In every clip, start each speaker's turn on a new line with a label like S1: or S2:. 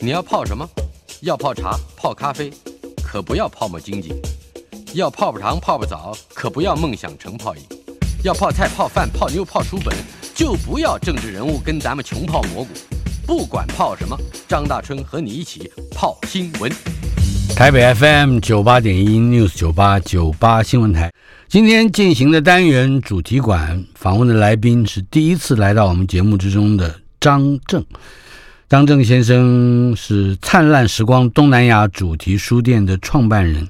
S1: 你要泡什么？要泡茶、泡咖啡，可不要泡沫经济；要泡泡糖、泡泡澡，可不要梦想成泡影；要泡菜、泡饭、泡妞、泡书本，就不要政治人物跟咱们穷泡蘑菇。不管泡什么，张大春和你一起泡新闻。
S2: 台北 FM 九八点一 News 九八九八新闻台，今天进行的单元主题馆访问的来宾是第一次来到我们节目之中的张正。张正先生是灿烂时光东南亚主题书店的创办人，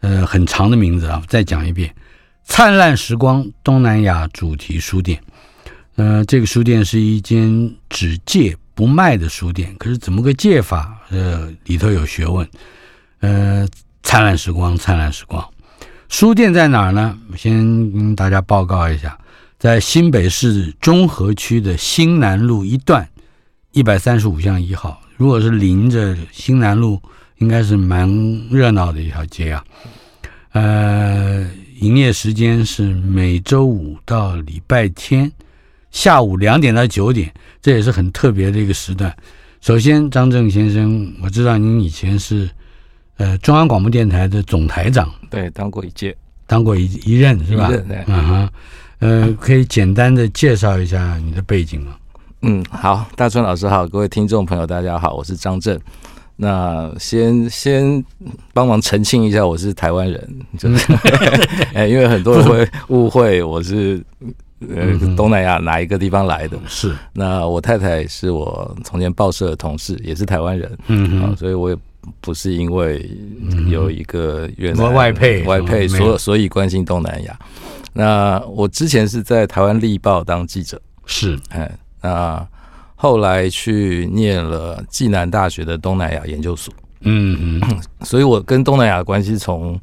S2: 呃，很长的名字啊，再讲一遍，灿烂时光东南亚主题书店。呃，这个书店是一间只借不卖的书店，可是怎么个借法？呃，里头有学问。呃，灿烂时光，灿烂时光。书店在哪儿呢？我先跟大家报告一下，在新北市中和区的新南路一段一百三十五巷一号。如果是临着新南路，应该是蛮热闹的一条街啊。呃，营业时间是每周五到礼拜天下午两点到九点，这也是很特别的一个时段。首先，张正先生，我知道您以前是呃中央广播电台的总台长，
S3: 对，当过一届，
S2: 当过一一任是吧？
S3: 一任对哎
S2: 嗯哼，呃，可以简单的介绍一下你的背景吗？
S3: 嗯，好，大川老师好，各位听众朋友大家好，我是张震。那先先帮忙澄清一下，我是台湾人，就是 哎、因为很多人会误会我是呃
S2: 嗯哼
S3: 东南亚哪一个地方来的。
S2: 是，
S3: 那我太太是我从前报社的同事，也是台湾人，
S2: 嗯
S3: 啊，
S2: 哼，
S3: 所以我也不是因为有一个越南
S2: 外外配嗯
S3: 外配，
S2: 是吗没有
S3: 所所以关心东南亚。那我之前是在台湾立报当记者，
S2: 是，
S3: 哎，那后来去念了暨南大学的东南亚研究所，
S2: 嗯嗯，
S3: 所以我跟东南亚的关系从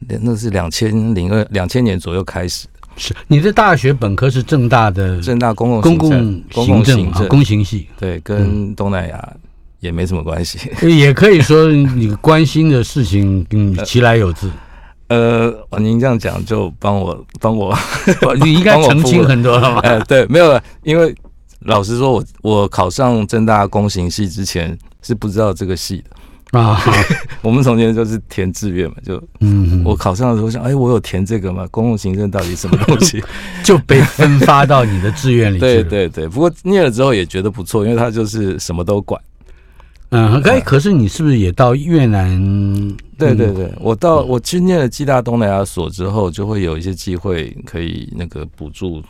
S3: 那是两千零二两千年左右开始，
S2: 是。你的大学本科是正大的
S3: 正大公共
S2: 公共
S3: 行政公
S2: 行
S3: 共
S2: 政
S3: 行
S2: 啊，
S3: 政
S2: 公嗯行 系，
S3: 对，跟东南亚也没什么关系。
S2: 也可以说你关心的事情，嗯，其来有自，
S3: 呃，您这样讲就帮我帮我帮，
S2: 你应该
S3: 帮我
S2: 澄
S3: 铺
S2: 清
S3: 了
S2: 很多 了吧？
S3: 呃，对，没有，因为老实说我，我考上正大公行系之前是不知道这个系的。
S2: 啊，
S3: 我们从前就是填志愿嘛，就
S2: 嗯，
S3: 我考上的时候想，哎，我有填这个吗？公共行政到底什么东 西？
S2: 就被分发到你的志愿里去了。
S3: 对对对。不过念了之后也觉得不错，因为它就是什么都管。
S2: 嗯，
S3: 哎
S2: 可以。可是你是不是也到越南？
S3: 对对
S2: 嗯，
S3: 对，我到我去念了暨大东南亚所之后，就会有一些机会可以那个补助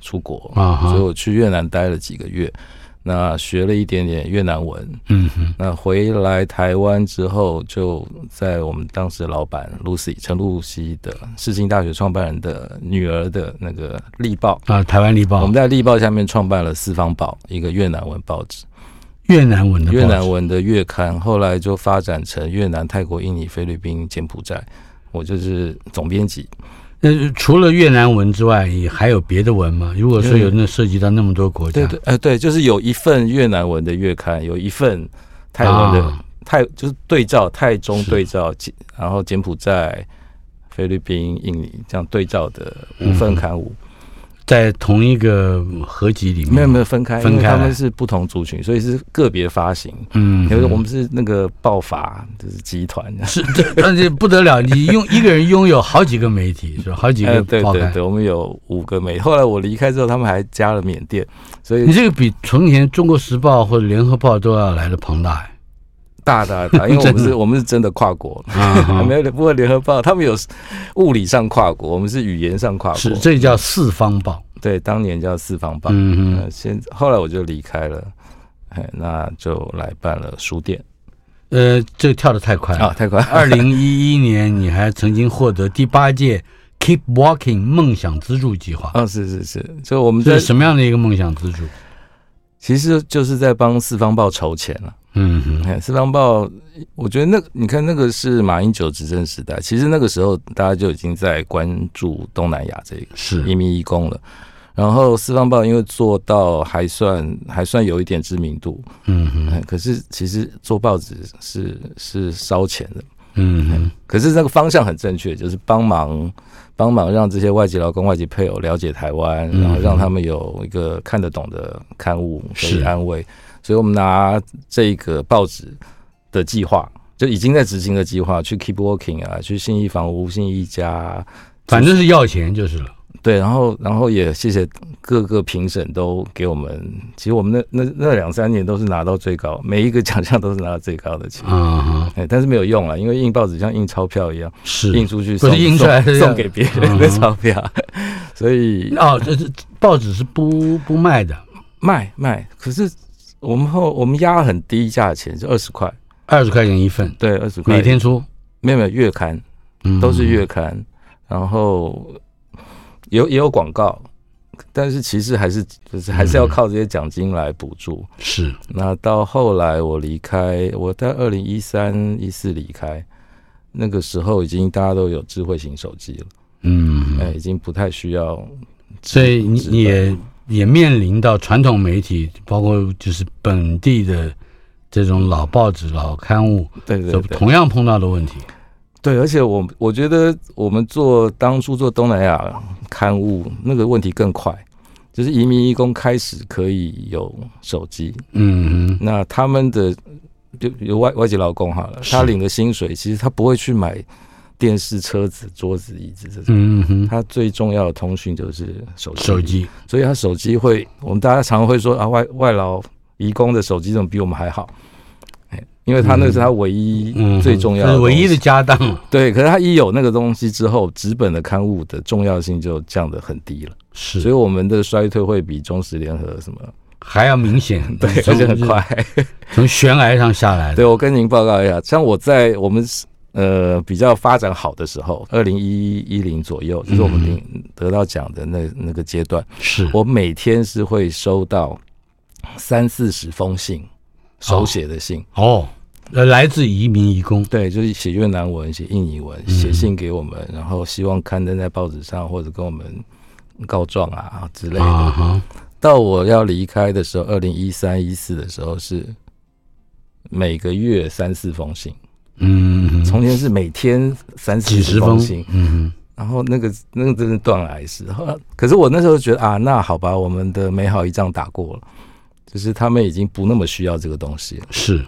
S3: 出国，
S2: 啊哈
S3: 所以我去越南待了几个月，那学了一点点越南文，
S2: 嗯哼，
S3: 那回来台湾之后，就在我们当时的老板 Lucy 陈露西的世新大学创办人的女儿的那个力报，
S2: 啊，台湾力
S3: 我
S2: 报
S3: 们，在力报下面创办了四方报，一个越南文报纸，
S2: 越南文的报纸
S3: 越南文的月刊，后来就发展成越南、泰国、印尼、菲律宾、柬埔寨。我就是总编辑，
S2: 那除了越南文之外，也还有别的文吗？如果说有那涉及到那么多国家，
S3: 对对，呃，对，就是有一份越南文的月刊，有一份泰文的、
S2: 啊
S3: 泰，就是对照泰中
S2: 是
S3: 对照，柬然后柬埔寨、菲律宾、印尼这样对照的五份刊物，
S2: 在同一个合集里面，
S3: 没有没有嗯分开，
S2: 分
S3: 因为
S2: 开
S3: 他
S2: 来
S3: 们是不同族群，所以是个别发行。
S2: 嗯，
S3: 因为我们是那个爆发，就是集团。
S2: 是， 这但是不得了，你用一个人拥有好几个媒 体，是吧？好几
S3: 哎
S2: 个，
S3: 对
S2: 报
S3: 对
S2: 刊
S3: 对，，我们有五个美。后来我离开之后，他们还加了缅甸，所以
S2: 你这个比从前《中国时报》或者《联合报》都要来的庞 大哎
S3: 大大大，因为我们
S2: 真的
S3: 是我们是真的跨国，
S2: 啊
S3: 啊，
S2: 哈
S3: 没有，不过联合报他们有物理上跨国，我们是语言上跨国。
S2: 是，这叫四方报，
S3: 对，当年叫四方报。
S2: 嗯
S3: 呃
S2: 嗯，
S3: 先后来我就离开了，哎，那就来办了书店
S2: 呃，这个跳的太快了
S3: 啊，。太快。
S2: 二零一一年，你还曾经获得第八届 Keep Walking 梦想资助计划。
S3: 哦啊，是是是，就我们
S2: 这
S3: 在
S2: 是什么样的一个梦想资助？
S3: 其实就是在帮四方报筹钱啊了、
S2: 嗯哼，
S3: 看四方报，我觉得那个你看那个是马英九执政时代，其实那个时候大家就已经在关注东南亚这个
S2: 是
S3: 一民一公了。然后四方报因为做到还算还算有一点知名度，
S2: 嗯哼，
S3: 嗯，可是其实做报纸是是烧钱的，
S2: 嗯哼，
S3: 可是那个方向很正确，就是帮忙帮忙让这些外籍劳工、外籍配偶了解台湾，
S2: 嗯
S3: 然后让他们有一个看得懂的刊物可以
S2: 是
S3: 安慰。所以我们拿这个报纸的计划，就已经在执行的计划，去 Keep Working 啊，去信义房屋、信义家啊，
S2: 反正是要钱就是了。
S3: 对，然后然后也谢谢各个评审都给我们，其实我们那那那两三年都是拿到最高，每一个奖项都是拿到最高的钱。
S2: 啊哈，
S3: 哎，但是没有用了，因为印报纸像印钞票一样，
S2: 是
S3: 印出去
S2: 不
S3: 送，
S2: 是印出来
S3: 送
S2: 是
S3: 送给别人的
S2: 嗯
S3: 钞票， 所以
S2: 哦，这这报纸是不不卖的，
S3: 卖卖。可是我们后我们压很低价钱，就二十块，
S2: 二十块钱一份，
S3: 对，二十块。
S2: 每天出，
S3: 没有没有月刊，
S2: 嗯
S3: 都是月刊，然后有也有广告，但是其实还是就是还是要靠这些奖金来补助。
S2: 是
S3: 那到后来我离开，我在二零一三一四离开。那个时候已经大家都有智慧型手机了，
S2: 嗯，
S3: 哎，已经不太需要
S2: 所以你
S3: 纸
S2: 你也也面临到传统媒体，包括就是本地的这种老报纸、老刊物，
S3: 对对
S2: 都
S3: 对，
S2: 同样碰到的问题。
S3: 对，而且我我觉得我们做当初做东南亚刊物那个问题更快，就是移民义工开始可以有手机，
S2: 嗯哼，
S3: 那他们的就有外外籍劳工好了，
S2: 是
S3: 他领的薪水其实他不会去买电视、车子、桌子、椅子这种。
S2: 嗯哼，
S3: 他最重要的通讯就是手机，
S2: 手，机
S3: 所以他手机会，我们大家常会说啊，外外劳移工的手机怎么比我们还好？哎，因为他那是他唯一、
S2: 嗯哼
S3: 最重要
S2: 这
S3: 的
S2: 是
S3: 东西，
S2: 唯一的家当了。
S3: 对，可是他一有那个东西之后，纸本的刊物的重要性就降得很低了，所
S2: 是
S3: 以我们的衰退会比中时联合什么
S2: 还要明显，
S3: 对，
S2: 从
S3: 而且很，快。
S2: 从悬崖上下来的。
S3: 对，我跟您报告一下，像我在我们呃比较发展好的时候，二零一一零左右，就是我们
S2: 嗯
S3: 领得到奖的那那个阶段，
S2: 是
S3: 我每天是会收到三四十封信，手写的信。
S2: 哦，呃，来自移民移工，
S3: 对，就是写越南文、写印尼文，
S2: 嗯
S3: 写信给我们，然后希望刊登在报纸上或者跟我们告状啊之类的。
S2: 啊哈，
S3: 到我要离开的时候，二零一三一四的时候是每个月三四封信，
S2: 嗯哼，
S3: 从前是每天三
S2: 几
S3: 四
S2: 十
S3: 封
S2: 封
S3: 信，，
S2: 嗯
S3: 然后那个那个真是断崖式。后来可是我那时候觉得啊，那好吧，我们的美好一仗打过了。就是他们已经不那么需要这个东西了
S2: 哼，，是。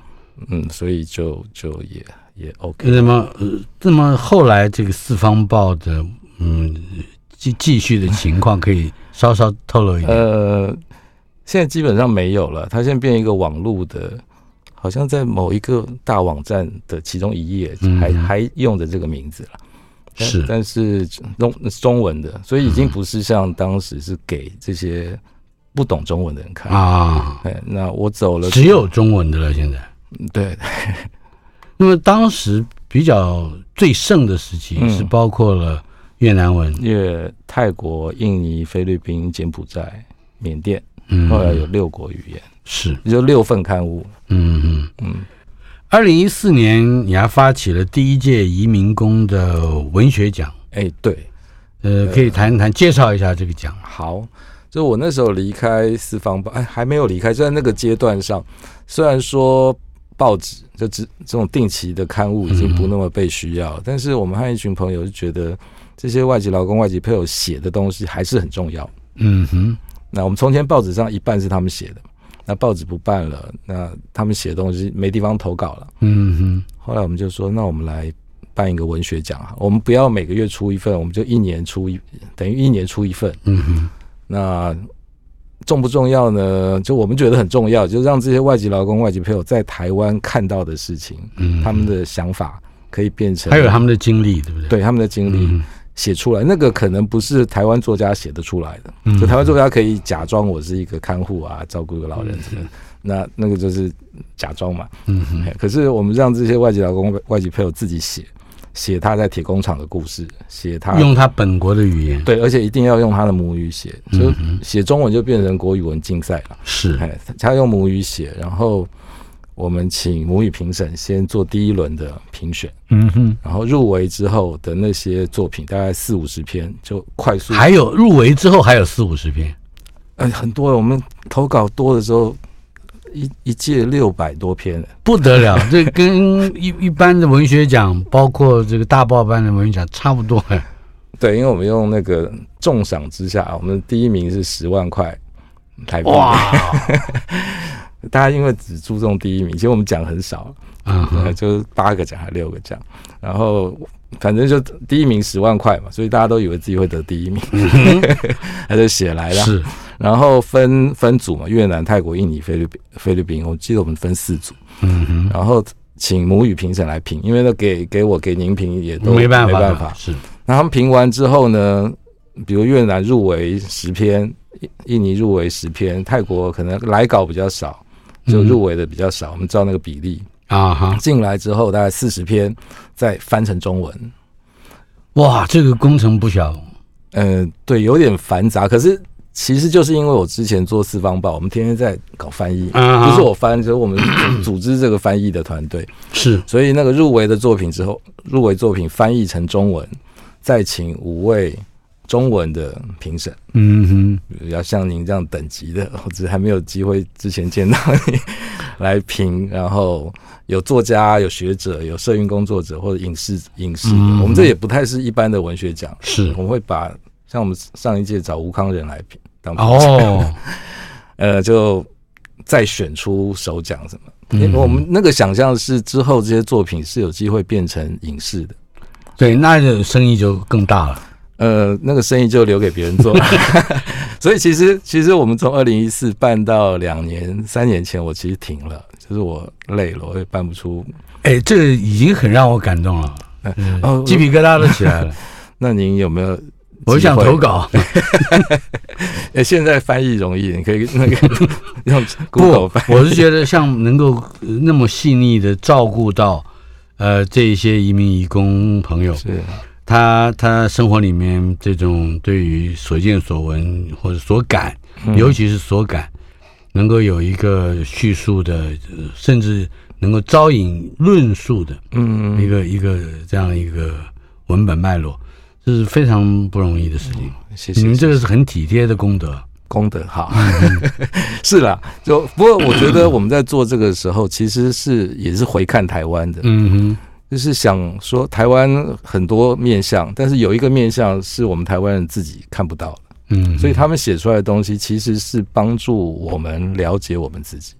S3: 嗯，所以就就也也 OK。
S2: 那么，呃，那么后来这个四方报的，嗯，继继续的情况可以稍稍透露一点。
S3: 呃，现在基本上没有了，它现在变一个网络的，好像在某一个大网站的其中一页
S2: 嗯
S3: 还、还用着这个名字了。但
S2: 是嗯
S3: 但是中中文的，所以已经不是像当时是给这些不懂中文的人看。
S2: 啊，
S3: 哎，那我走了，
S2: 只有中文的了。现在，
S3: 对
S2: 那么当时比较最盛的时期
S3: 嗯
S2: 是包括了越南文，
S3: 越泰国、印尼、菲律宾、柬埔寨、缅甸，
S2: 嗯，
S3: 后来有六国语言，
S2: 是，
S3: 就六份刊物。
S2: 嗯嗯。
S3: 嗯，
S2: 二零一四年，你还发起了第一届移民工的文学奖，
S3: 哎，对，
S2: 呃，可以谈谈介绍一下这个奖。
S3: 好，就我那时候离开四方报，哎，还没有离开，就在那个阶段上，虽然说报纸就只这种定期的刊物已经不那么被需要，但是我们和一群朋友就觉得这些外籍劳工、外籍配偶写的东西还是很重要。
S2: 嗯哼，
S3: 那我们从前报纸上一半是他们写的，那报纸不办了，那他们写的东西没地方投稿了。
S2: 嗯哼，
S3: 后来我们就说，那我们来办一个文学奖，我们不要每个月出一份，我们就一年出一，等于一年出一份。
S2: 嗯哼，
S3: 那重不重要呢？就我们觉得很重要，就让这些外籍劳工、外籍朋友在台湾看到的事情，
S2: 嗯，
S3: 他们的想法可以变成
S2: 还有他们的经历，对不对？
S3: 对他们的经历
S2: 嗯
S3: 写出来。那个可能不是台湾作家写得出来的，
S2: 嗯
S3: 就台湾作家可以假装我是一个看护啊，照顾一个老人什么的。那那个就是假装嘛，
S2: 嗯
S3: 哎
S2: 嗯哼，
S3: 可是我们让这些外籍劳工、外籍朋友自己写，写他在铁工厂的故事，写他
S2: 用他本国的语言，
S3: 对，而且一定要用他的母语写，就
S2: 嗯哼
S3: 写中文就变成国语文竞赛了。
S2: 是
S3: 哎，他用母语写，然后我们请母语评审先做第一轮的评选，
S2: 嗯哼，
S3: 然后入围之后的那些作品，大概四五十篇，就快速
S2: 还有入围之后还有四五十篇，
S3: 呃很多。我们投稿多的时候，一一届六百多篇，
S2: 不得了， 这跟一一般的文学奖，包括这个大报班的文学奖差不多。哎
S3: 对，因为我们用那个重赏之下，我们第一名是十万块台币，
S2: 哇，
S3: 大家因为只注重第一名，其实我们奖很少，
S2: 嗯
S3: 呃，
S2: 哼，
S3: 就是八个奖还六个奖，然后反正就第一名十万块嘛，所以大家都以为自己会得第一名， 他就写来了。
S2: 嗯是
S3: 然后分分组嘛，越南、泰国、印尼、菲律宾、菲律宾，我记得我们分四组，
S2: 嗯哼。
S3: 然后请母语评审来评，因为那给给我给您评也都
S2: 没办
S3: 没
S2: 法的，
S3: 办法。
S2: 是
S3: 那他们评完之后呢，比如越南入围十篇，印印尼入围十篇，泰国可能来稿比较少，就入围的比较少，我们照那个比例。
S2: 啊哈，
S3: 进来之后大概四十篇，再翻成中文。
S2: 哇，这个工程不小，
S3: 呃，对，有点繁杂，可是其实就是因为我之前做四方报，我们天天在搞翻译，
S2: 嗯哼
S3: 不是我翻，就是我们组织这个翻译的团队，
S2: 是
S3: 所以那个入围的作品之后，入围作品翻译成中文，再请五位中文的评审，
S2: 嗯
S3: 比如要像您这样等级的， 我只是还没有机会之前见到你 来评，然后有作家、有学者、有社运工作者或者影视影视的，
S2: 嗯
S3: 我们这也不太是一般的文学奖，
S2: 哼，是
S3: 我们会把像我们上一届找吴康仁来评当评审，
S2: 哦，
S3: 呃，就再选出首奖什么。
S2: 嗯
S3: 因为我们那个想象是之后这些作品是有机会变成影视的，
S2: 对，那就生意就更大了，
S3: 呃，那个生意就留给别人 做。所以其实其实我们从二零一四办到两年三年前，我其实停了，就是我累了，我也办不出。
S2: 哎，这个已经很让我感动了，
S3: 哦，
S2: 鸡皮疙瘩都起来了，
S3: 那您有没有？
S2: 我想投。稿，
S3: 哎，现在翻译容易，你可以 那个用 Google
S2: 不
S3: 翻，。
S2: 我是觉得像能够呃那么细腻的照顾到。呃，这些移民移工朋友，
S3: 是
S2: 他他生活里面这种对于所见所闻或者所感，
S3: 嗯
S2: 尤其是所感，能够有一个叙述的，呃甚至能够招引论述的
S3: 嗯
S2: 一个、一个这样一个文本脉络，这是非常不容易的事情。
S3: 哦谢
S2: 你
S3: 谢
S2: 们。这个是很体贴的功德，
S3: 功德 哈， 是啦。就不过我觉得我们在做这个时候，其实是也是回看台湾的，
S2: 嗯
S3: 就是想说台湾很多面相，但是有一个面相是我们台湾人自己看不到的，
S2: 哼，嗯，
S3: 所以他们写出来的东西其实是帮助我们了解我们自己。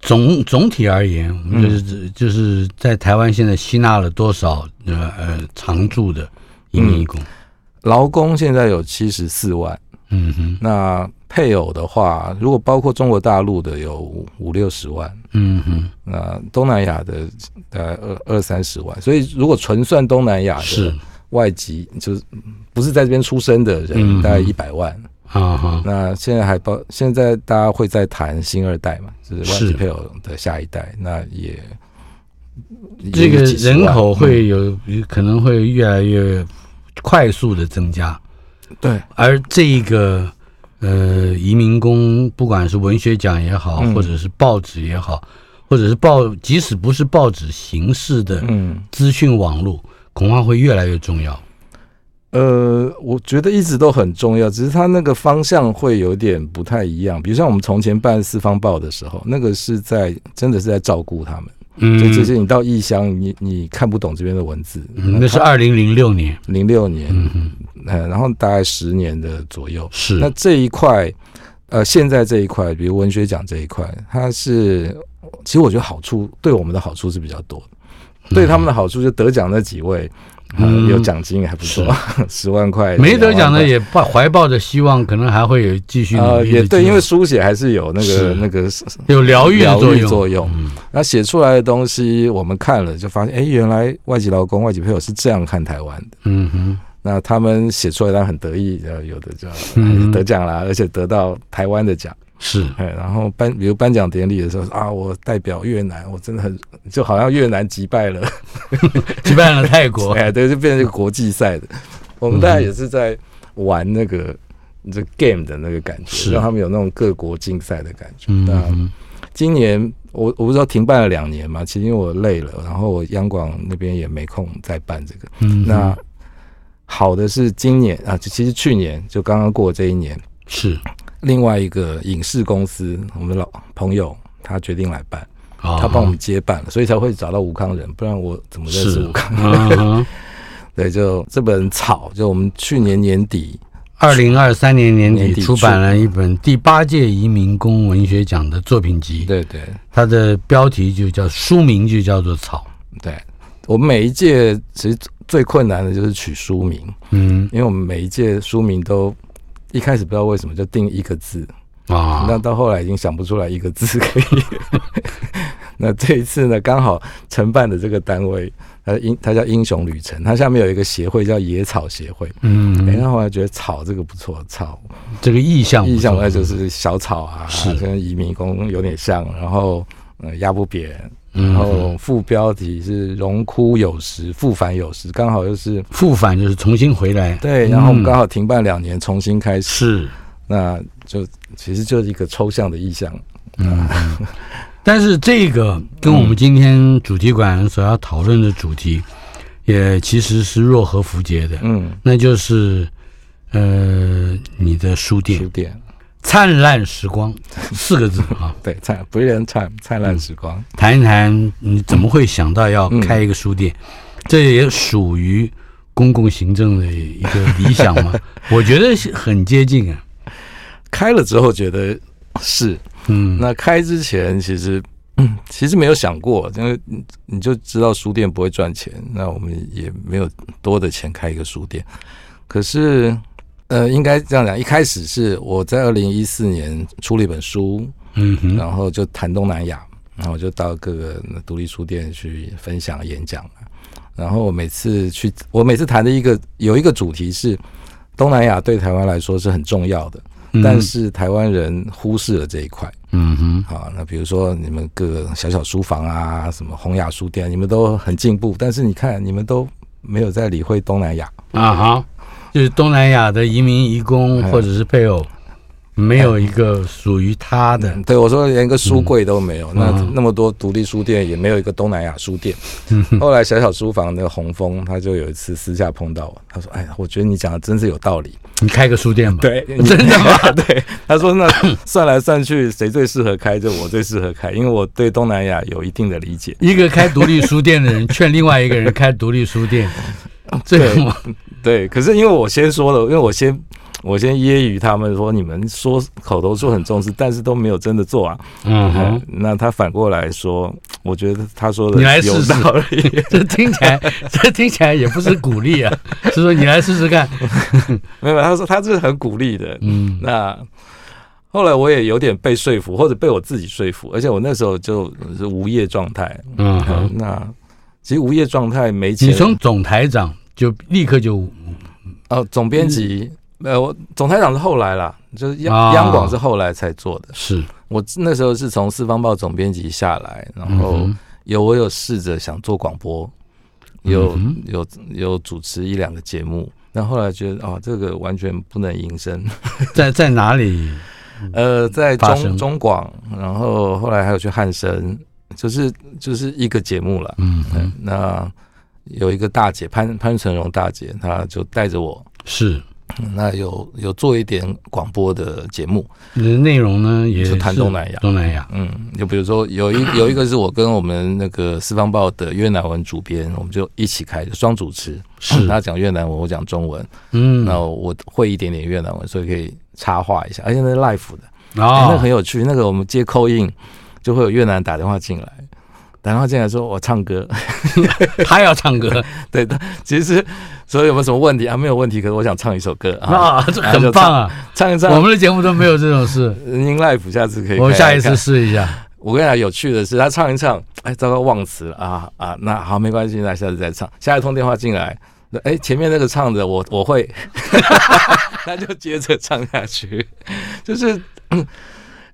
S2: 总总体而言，我
S3: 嗯
S2: 们就是、就是在台湾现在吸纳了多少呃呃常驻的移民义工，
S3: 劳工现在有七十四万，
S2: 嗯哼，
S3: 那配偶的话，如果包括中国大陆的有五六十万，
S2: 嗯哼，
S3: 那东南亚的呃二二三十万，所以如果纯算东南亚的
S2: 是
S3: 外籍，就是不是在这边出生的人，
S2: 嗯
S3: 大概一百万。
S2: 啊哈，
S3: 那现在还包，现在大家会在谈新二代嘛，就是外籍
S2: 是
S3: 配偶的下一代，那也
S2: 这
S3: 也
S2: 个
S3: 有几十万嗯
S2: 人口会有可能会越来越快速的增加，
S3: 嗯对，
S2: 而这个呃移民工，不管是文学奖也好，
S3: 嗯
S2: 或者是报纸也好，或者是报，即使不是报纸形式的
S3: 嗯
S2: 资讯网络，恐怕会越来越重要。
S3: 呃，我觉得一直都很重要，只是它那个方向会有点不太一样。比如像我们从前办四方报的时候，那个是在真的是在照顾他们。
S2: 嗯，
S3: 就这些，你到异乡，你你看不懂这边的文字。
S2: 嗯那是二零零六年，
S3: 零六年，
S2: 嗯哼，
S3: 呃，然后大概十年的左右。
S2: 是
S3: 那这一块，呃，现在这一块，比如文学奖这一块，它是其实我觉得好处对我们的好处是比较多的，对他们的好处就得奖那几位，呃
S2: 嗯
S3: 有奖金还不错， 十万块。
S2: 没得奖的
S3: 10,000
S2: 也抱怀抱着希望，可能还会有继续
S3: 块。
S2: 努
S3: 呃，
S2: 力的
S3: 也
S2: 机会、
S3: 对，因为书写还是有那
S2: 啊是
S3: 个那个
S2: 有疗愈的
S3: 疗
S2: 作
S3: 愈
S2: 用。嗯
S3: 作用。那写出来的东西，我们看了就发现，哎，原来外籍劳工、外籍配偶是这样看台湾的。
S2: 嗯哼，
S3: 那他们写出来，当然很得意，呃，有的就
S2: 嗯
S3: 得奖啦，而且得到台湾的奖。
S2: 是
S3: 哎，然后颁比如颁奖典礼的时候啊，我代表越南，我真的很就好像越南击败了，
S2: 击败了泰 国，
S3: 哎，对，就变成一个国际赛的。我们大家也是在玩那个这 game 的那个感觉，
S2: 是
S3: 让他们有那种各国竞赛的感觉。
S2: 嗯
S3: 那
S2: 嗯
S3: 今年我我不知道停办了两年嘛，其实因为我累了，然后我央广那边也没空再办这个。
S2: 嗯，
S3: 那好的是今年啊，就其实去年就刚刚过这一年，
S2: 是
S3: 另外一个影视公司，我们老朋友他决定来办，
S2: 啊，
S3: 他帮我们接办了，所以才会找到吴康人，不然我怎么认识
S2: 是啊
S3: 吴康？
S2: 嗯，
S3: 对，就这本《草》，就我们去年年底
S2: 二零二三年年
S3: 年
S2: 底
S3: 底
S2: 出版了一本第八届移民工文学奖的作品集，
S3: 对对
S2: 它的标题就叫书名就叫做《草》。
S3: 对，我们每一届其实最困难的就是取书名，
S2: 嗯
S3: 因为我们每一届书名都一开始不知道为什么就定一个字，
S2: 啊，
S3: 那到后来已经想不出来一个字 可以。那这一次呢，刚好承办的这个单位，它英它叫英雄旅程，它下面有一个协会叫野草协会。哎、
S2: 嗯，
S3: 那后来觉得草这个不错，草
S2: 这个意象不
S3: 意象
S2: 错
S3: 呢就是小草啊，
S2: 是
S3: 跟移民工有点像，然后呃压不扁，
S2: 嗯
S3: 然后副标题是荣枯有时，复返有时，刚好就是
S2: 复返就是重新回来，
S3: 对，然后我
S2: 嗯
S3: 们刚好停办两年，重新开始，
S2: 是
S3: 那就其实就是一个抽象的意象。
S2: 嗯，但是这个跟我们今天主题馆所要讨论的主题，也其实是若合符节的，
S3: 嗯，
S2: 那就是呃，你的书店
S3: 书店。
S2: “灿烂时光”四个字啊，
S3: 对，灿 brilliant time 灿烂时光。
S2: 谈一谈你怎么会想到要开一个书店，这也属于公共行政的一个理想吗？我觉得是很接近啊，
S3: 开了之后觉得是，
S2: 嗯，
S3: 那开之前其实。嗯其实没有想过，因为你你就知道书店不会赚钱，那我们也没有多的钱开一个书店。可是，呃，应该这样讲，一开始是我在二零一四年出了一本书，
S2: 嗯哼，
S3: 然后就谈东南亚，然后我就到各个独立书店去分享演讲然后我每次去，我每次谈的一个有一个主题是东南亚对台湾来说是很重要的，
S2: 嗯
S3: 但是台湾人忽视了这一块。
S2: 嗯哼，
S3: 啊，那比如说你们各个小小书房啊，什么弘雅书店，你们都很进步，但是你看你们都没有在理会东南亚。
S2: 啊好，就是东南亚的移民、移工
S3: 哎
S2: 或者是配偶，没有一个属于他的，
S3: 对我说，连个书柜都没有，那
S2: 嗯
S3: 那么多独立书店也没有一个东南亚书店。
S2: 嗯哼
S3: 后来小小书房那个洪峰，他就有一次私下碰到我，他说：“哎，我觉得你讲的真是有道理。
S2: 你开个书店吧，，
S3: 对，
S2: 真的
S3: 吗？ 对，他说那算来算去，谁最适合开？就我最适合开，因为我对东南亚有一定的理解。
S2: 一个开独立书店 的人劝另外一个人开独立书店，这个
S3: 啊对
S2: 嘛，
S3: 对，可是因为我先说了，因为我先我先揶揄他们说，你们说口头说很重视，但是都没有真的做啊。
S2: 嗯
S3: 嗯
S2: 哼，
S3: 那他反过来说，我觉得他说的
S2: 你来
S3: 有
S2: 试试
S3: 道理。
S2: 这听起来，这听起来也不是鼓励啊，是说你来试试看，
S3: 没有，他说他是很鼓励的。
S2: 嗯
S3: 那后来我也有点被说服，或者被我自己说服，而且我那时候就是无业状态。
S2: 嗯
S3: 嗯
S2: 哼，
S3: 那其实无业状态没钱，
S2: 你从总台长就立刻就
S3: 哦，总编辑。呃，我总台长是后来啦，就是央、
S2: 啊
S3: 央广是后来才做的。
S2: 是，
S3: 我那时候是从四方报总编辑下来，然后
S2: 嗯
S3: 有我有试着想做广播，有
S2: 嗯哼
S3: 有有主持一两个节目，但后来觉得哦，这个完全不能营生。
S2: 哼在在哪里？
S3: 呃，在
S2: 嗯发生
S3: 中中广，然后后来还有去汉声，就是就是一个节目了。
S2: 嗯哼，
S3: 嗯，那有一个大姐潘潘成荣大姐，她就带着我，
S2: 是，
S3: 那有有做一点广播的节目，
S2: 你的内容呢也
S3: 就谈
S2: 是
S3: 东南亚
S2: 东南亚，
S3: 嗯，就比如说 有一有一个是我跟我们那个四方报的越南文主编，我们就一起开的双主持，
S2: 是
S3: 他讲越南文，我讲中文，
S2: 嗯，
S3: 那我会一点点越南文，所以可以插话一下，哎而且那是 live 的。欸那
S2: 哦
S3: 个很有趣。那个我们接扣印，就会有越南打电话进来，打电话进来说我唱歌，
S2: 他要唱歌
S3: 对的。其实所以有没有什么问题啊？没有问题，可是我想唱一首歌 啊，
S2: 啊，这很棒啊！
S3: 唱一
S2: 我
S3: 唱。
S2: 们的节目都没有这种事，
S3: 您 life 下次可以。
S2: 我下一次，试一下。
S3: 我跟你讲，有趣的是，他唱一唱，哎，糟糕，忘词了啊啊，那好，没关系，那下次再唱。下一通电话进来，哎，前面那个唱的我我 会，他就接着唱下去，就是。嗯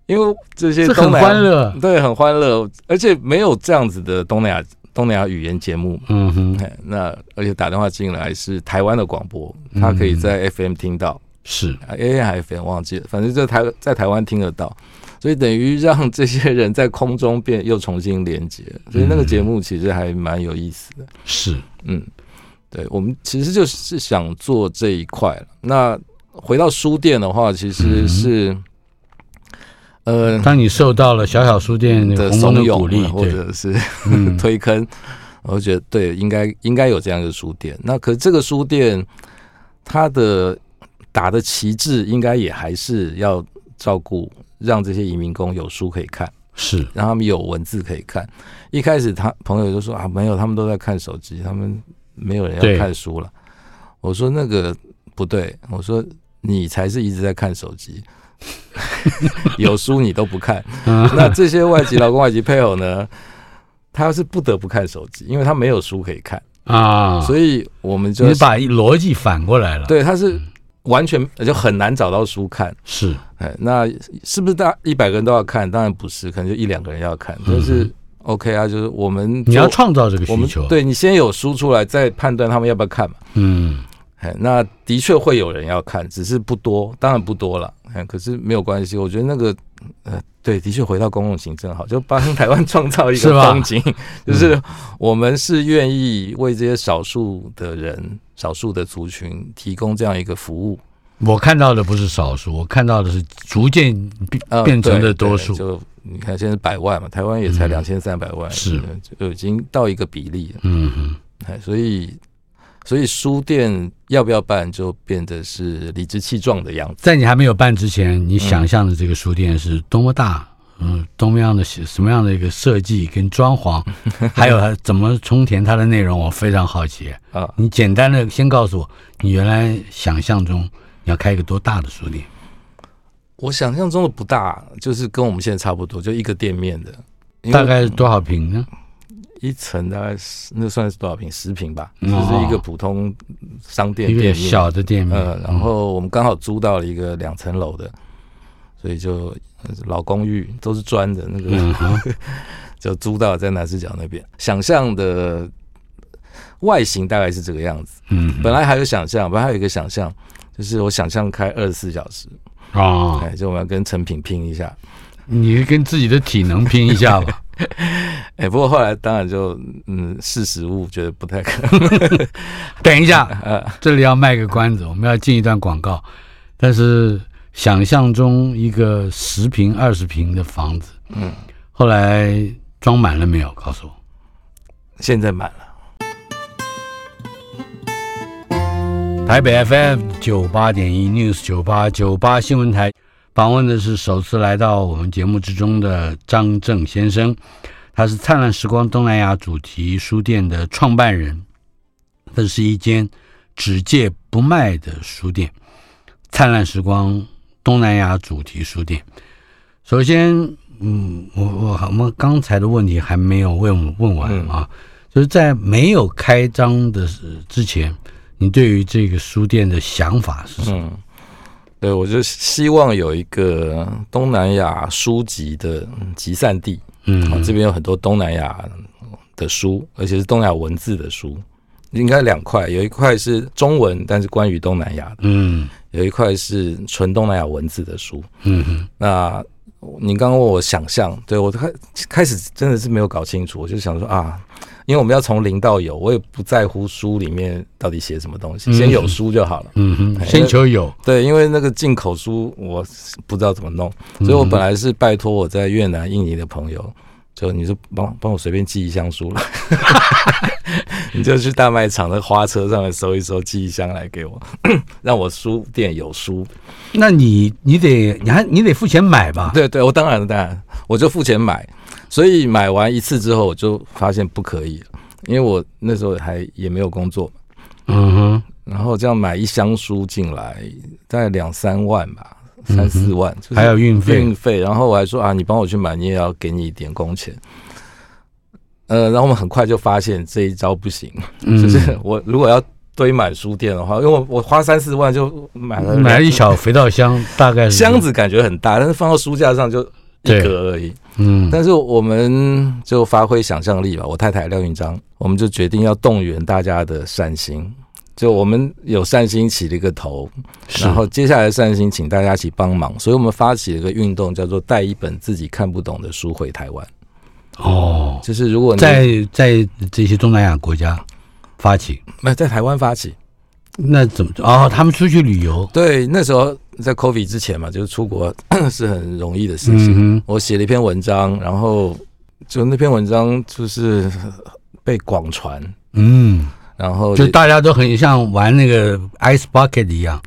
S3: 因为这些
S2: 这
S3: 东
S2: 很
S3: 南
S2: 欢
S3: 亚
S2: 乐。
S3: 对很欢乐，而且没有这样子的东南亚东南亚语言节目。
S2: 嗯哼，
S3: 哎那而且打电话进来是台湾的广播，
S2: 嗯
S3: 他可以在 FM 听到、
S2: 是，
S3: 啊 a 还 FM 忘记了，反正在台在台湾听得到，所以等于让这些人在空中变又重新连接，所以那个节目其实还蛮有意思的。
S2: 是，
S3: 嗯，对，我们其实就是想做这一块了。那回到书店的话，其实是、呃
S2: 当你受到了小小书店的
S3: 的
S2: 红
S3: 怂
S2: 红的鼓励
S3: 恿，或
S2: 对，
S3: 者是
S2: 嗯
S3: 推坑，我觉得对，应该应该有这样一个书店。那可是这个书店，它的打的旗帜应该也还是要照顾，让这些移民工有书可以看，
S2: 是，
S3: 让他们有文字可以看。一开始他朋友就说啊，没有，他们都在看手机，他们没有人
S2: 对
S3: 要看书了。我说那个不对，我说你才是一直在看手机。 有书你都 不看，
S2: 嗯，
S3: 那这些外籍劳工、外籍配偶呢，他是不得不看手机，因为他没有书可以看，
S2: 啊，
S3: 所以我们就
S2: 你把逻辑反过来了，，
S3: 对他是完全就很难找到书看。
S2: 是，
S3: 哎，那是不是大一百个人都要看？当然不是，可能就一两个人要看，就是 OK 啊，就是我们
S2: 嗯
S3: 就
S2: 你要创造这个
S3: 我
S2: 需
S3: 们
S2: 求，，啊
S3: 对你先有书出来，再判断他们要不要看嘛。
S2: 嗯，
S3: 哎，那的确会有人要看，只是不多，当然不多了。哎，可是没有关系，我觉得那个，呃，对，的确回到公共行政好，就帮台湾创造一
S2: 是
S3: 个
S2: 吧嗯
S3: 风景，就是我们是愿意为这些少数的人、少数的族群提供这样一个服务，
S2: 我看到的不是少数，我看到的是逐渐变
S3: 呃，
S2: 变成
S3: 对
S2: 了多
S3: 对
S2: 数，
S3: 就你看，现在百万嘛，台湾也才
S2: 嗯
S3: 两千三百万，
S2: 是
S3: 呃就已经到一个比例了。
S2: 嗯哼，
S3: 哎，所以，所以书店要不要办，就变得是理直气壮的样子。
S2: 在你还没有办之前，你想象的这个书店是多么大，嗯，多么样的什么样的一个设计跟装 潢，还有它怎么充填它的内容，我非常好奇
S3: 啊
S2: 你简单的先告诉我，你原来想象中你要开一个多大的书店？
S3: 我想象中的不大，就是跟我们现在差不多，就一个店面的，因为
S2: 大概多少平呢？
S3: 一层大概是那算是多少平？十平吧，就
S2: 嗯
S3: 是一个普通商店
S2: 一个
S3: 店面。
S2: 小的店面，
S3: 呃，然后我们刚好租到了一个两层楼的，所以就呃老公寓都是砖的那个，
S2: 嗯哼，
S3: 就租到在南市角那边。想象的外形大概是这个样子。
S2: 嗯，
S3: 本来还有想象，本来还有一个想象，就是我想象开二十四小时，
S2: 哦，
S3: 哎，就我们要跟成品拼一下。
S2: 你跟自己的体能拼一下吧，
S3: 哎、不过后来当然就嗯，识时务觉得不太可能。
S2: 等一 下，这里要卖个关子，我们要进一段广告。但是想象中一个十平、二十平的房子，嗯，后来装满了没有？告诉我。
S3: 现在满了，
S2: 台北 FM 九八点一 News 九八九八新闻台，访问的是首次来到我们节目之中的张正先生，他是灿烂时光东南亚主题书店的创办人，这是一间只借不卖的书店，灿烂时光东南亚主题书店。首先，嗯，我我我们刚才的问题还没有问问完啊，就是在没有开张的之前。你对于这个书店的想法是什么？
S3: 嗯，对，我就希望有一个东南亚书籍的嗯集散地啊，
S2: 嗯，
S3: 这边有很多东南亚的书，而且是东南亚文字的书，应该两块，有一块是中文，但是关于东南亚的，
S2: 嗯
S3: 有一块是纯东南亚文字的书。
S2: 嗯哼
S3: 那您刚刚问我想象，对我开开始真的是没有搞清楚，我就想说啊，因为我们要从零到有，我也不在乎书里面到底写什么东西，
S2: 嗯
S3: 先有书就好了。
S2: 嗯哼，先求有，
S3: 对，因为那个进口书我不知道怎么弄，
S2: 嗯
S3: 所以我本来是拜托我在越南、印尼的朋友，就你就帮帮我随便寄一箱书来， 你就去大卖场的花车上面搜一搜，寄一箱来给我， 让我书店有书。
S2: 那你你得你还你得付钱买吧？
S3: 对对，我当然当然，我就付钱买，所以买完一次之后，我就发现不可以了，因为我那时候还也没有工作，
S2: 嗯哼，
S3: 然后这样买一箱书进来，大概两三万吧，三四万，就是
S2: 嗯还有运费
S3: 运，费，然后我还说啊，你帮我去买，你也要给你一点工钱。呃，然后我们很快就发现这一招不行，就
S2: 嗯，
S3: 是我如果要堆满书店的话，因为我我花三四万就买了
S2: 买了一小肥皂箱，大概是
S3: 箱子感觉很大，但是放到书架上就一格而已。
S2: 嗯，
S3: 但是我们就发挥想象力吧。我太太廖云章，我们就决定要动员大家的善心。就我们有善心起了一个头，
S2: 是
S3: 然后接下来善心请大家一起帮忙，所以我们发起了一个运动，叫做带一本自己看不懂的书回台湾。
S2: 哦，
S3: 就是如果你
S2: 在在这些东南亚国家发起，
S3: 没有呃在台湾发起，
S2: 那怎么哦？他们出去旅游，
S3: 对，那时候在 COVID 之前嘛，就是出国 是很容易的事情。
S2: 嗯哼，
S3: 我写了一篇文章，然后就那篇文章就是被广传，
S2: 嗯。
S3: 然后
S2: 就
S3: 也
S2: 大家都很像玩那个 ice bucket 一 样，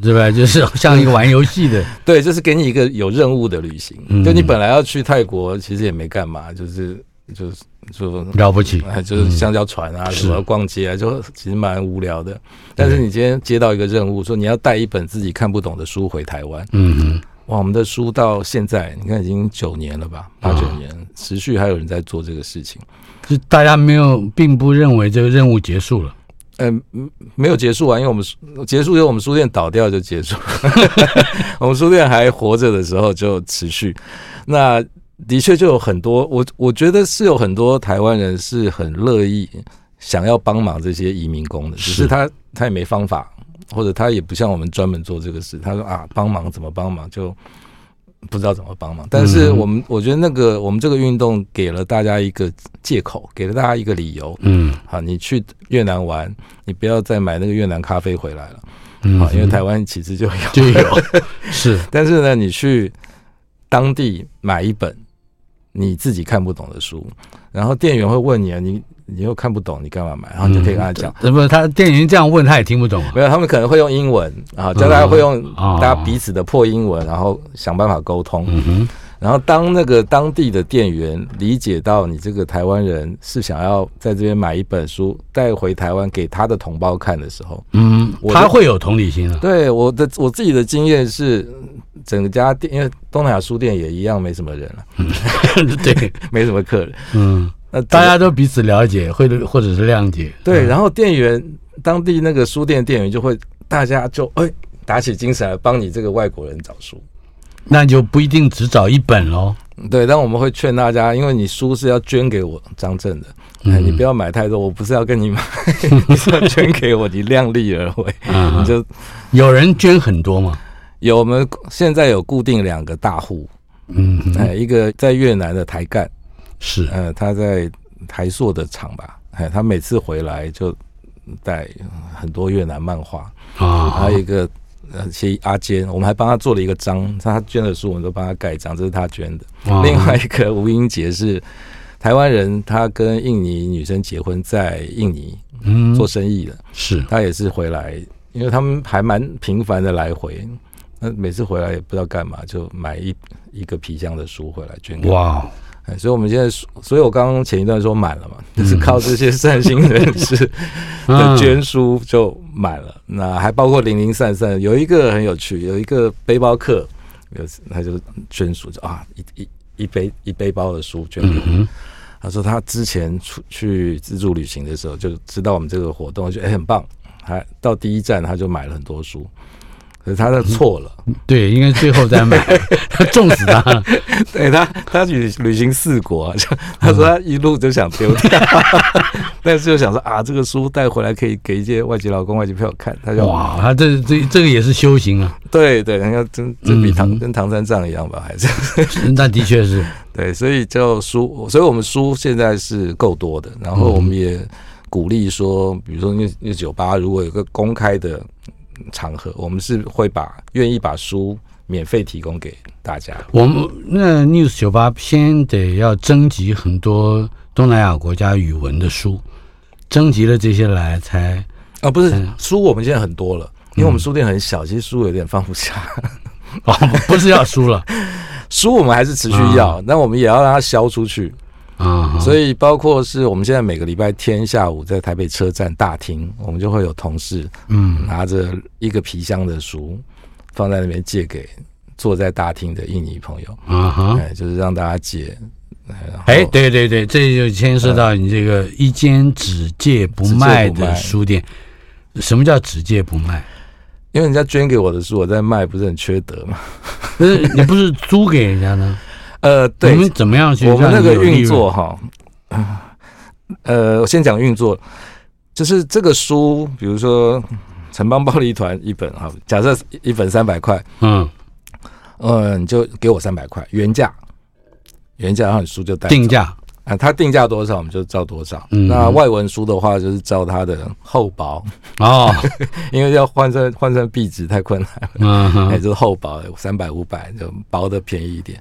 S2: 对吧？就是像一个玩游戏的，
S3: 对，就是给你一个有任务的旅行。
S2: 嗯
S3: 就你本来要去泰国，其实也没干嘛，就是就是就
S2: 了不起。
S3: 哎就是香蕉船啊，什
S2: 嗯
S3: 么
S2: 是
S3: 逛街啊，就其实蛮无聊的。但是你今天接到一个任务，说你要带一本自己看不懂的书回台湾，
S2: 嗯
S3: 哇，我们的书到现在你看已经九年了吧，八
S2: 啊
S3: 九年，持续还有人在做这个事情。
S2: 哼，就大家没有，并不认为这个任务结束了。
S3: 嗯，嗯没有结束啊，因为我们书结束以后，我们书店倒掉就结束。 我们书店还活着的时候就持续。那的确就有很多，我我觉得是有很多台湾人是很乐意想要帮忙这些移民工的，只
S2: 是
S3: 是他他也没方法，或者他也不像我们专门做这个事。他说啊，帮忙怎么帮忙就不知道怎么帮忙。但是
S2: 嗯哼
S3: 我们、我觉得那个我们这个运动给了大家一个借口，给了大家一个理由，
S2: 嗯
S3: 好，你去越南玩，你不要再买那个越南咖啡回来了，
S2: 嗯
S3: 好，因为台湾其实就有。
S2: 就有 是
S3: 但是呢，你去当地买一本你自己看不懂的书，然后店员会问你啊，你你又看不懂，你干嘛
S2: 嗯
S3: 买？然后你就可以跟他讲，
S2: 那么他店员这样问，他也听不懂啊。
S3: 没有，他们可能会用英文啊，教大家会用啊
S2: 哦
S3: 大家彼此的破英文，然后想办法沟通。
S2: 嗯哼，
S3: 然后当那个当地的店员理解到你这个台湾人是想要在这边买一本书带回台湾给他的同胞看的时候，
S2: 嗯，
S3: 我
S2: 他
S3: 就
S2: 会有同理心 啊。
S3: 对我的我自己的经验是，整个家店因为东南亚书店也一样没什么人了，啊
S2: 对，
S3: 没什么客人，
S2: 嗯，
S3: 那
S2: 大
S3: 整
S2: 家
S3: 个
S2: 都彼此了解，或者或者是谅解。
S3: 对，然后店员当地那个书店店员就会大家就哎打起精神来帮你这个外国人找书。
S2: 那就不一定只找一本喽。
S3: 对，但我们会劝大家，因为你书是要捐给我张正的，
S2: 嗯
S3: 哎，你不要买太多，我不是要跟你买， 你是要捐给我，你量力而为，
S2: 嗯
S3: 你就
S2: 有人捐很多嘛？
S3: 有我们现在有固定两个大户，
S2: 嗯哼，
S3: 哎，一个在越南的台干，
S2: 是
S3: 呃，他在台塑的厂吧，哎，他每次回来就带很多越南漫画，
S2: 啊
S3: 还有，一个呃，其阿坚，我们还帮他做了一个章，他捐的书我们都帮他盖章，这是他捐的。
S2: 啊
S3: 另外一个吴英杰是台湾人，他跟印尼女生结婚，在印尼
S2: 嗯
S3: 做生意的，
S2: 是
S3: 他也是回来，因为他们还蛮频繁的来回。那每次回来也不知道干嘛，就买一一个皮箱的书回来捐给我
S2: 哇哦。
S3: 哎，所以我们现在说，所以我刚刚前一段说满了嘛，
S2: 嗯
S3: 就是靠这些善心人 士的捐书就满了。那还包括零零散散，有一个很有趣，有一个背包客，有一次他就捐书，就啊一一一背一背包的书捐给我。
S2: 嗯
S3: 他说他之前出去自助旅行的时候就知道我们这个活动，就哎很棒，还到第一站他就买了很多书，可是他的错了。
S2: 嗯哼，对，应该最后再 买，他重死他了。
S3: 对他，他旅旅行四国、啊， 就他
S2: 嗯
S3: 说他一路就想丢掉， 但是又想说啊，这个书带回来可以给一些外籍劳工、外籍朋友看，他就
S2: 哇，他这这这个也是修行 啊，
S3: 对对，人家真这比唐、
S2: 嗯
S3: 跟唐三藏一样吧， 还是
S2: 那的确是，
S3: 对，所以就书，所以我们书现在是够多的，然后我
S2: 嗯
S3: 们也鼓励说，比如说那那酒吧如果有个公开的场合，我们是会把愿意把书免费提供给大家。
S2: 我们那 News 酒吧先得要征集很多东南亚国家语文的书，征集了这些来才
S3: 啊，不是
S2: 嗯
S3: 书，我们现在很多了，因为我们书店很小，其实书有点放不下。
S2: 哦，不是要书了
S3: 书我们还是持续要，那、我们也要让它销出去。
S2: 啊，
S3: 所
S2: 以
S3: 以包括是我们现在每个礼拜天下午在台北车站大厅，我们就会有同事
S2: 嗯
S3: 拿着一个皮箱的书放在那边借给坐在大厅的印尼朋友，
S2: 啊哈，
S3: 哎，就是让大家借。然后
S2: 哎，对对对，这就牵涉到你这个一间只借不卖
S3: 只借不
S2: 的
S3: 卖
S2: 书店，什么叫只借不卖？
S3: 因为人家捐给我的书，我在卖，不是很缺德嘛？
S2: 呃不是你不是租给人家呢？
S3: 呃， 对，
S2: 你们怎么样去
S3: 我们
S2: 让
S3: 那个
S2: 你有利
S3: 运
S2: 润
S3: 作哈，呃，我先讲运作，就是这个书，比如说《城邦暴力团》一本哈，假设一本三百块，
S2: 嗯
S3: 嗯，你就给我三百块原价，原价，然后你书就带走
S2: 定价
S3: 啊，它定价多少我们就照多少。
S2: 嗯
S3: 那外文书的话，就是照它的厚薄，
S2: 哦，
S3: 因为要换算换算币值太困难了，
S2: 嗯
S3: 哎、
S2: 哼
S3: 就是厚薄三百五百就薄的便宜一点。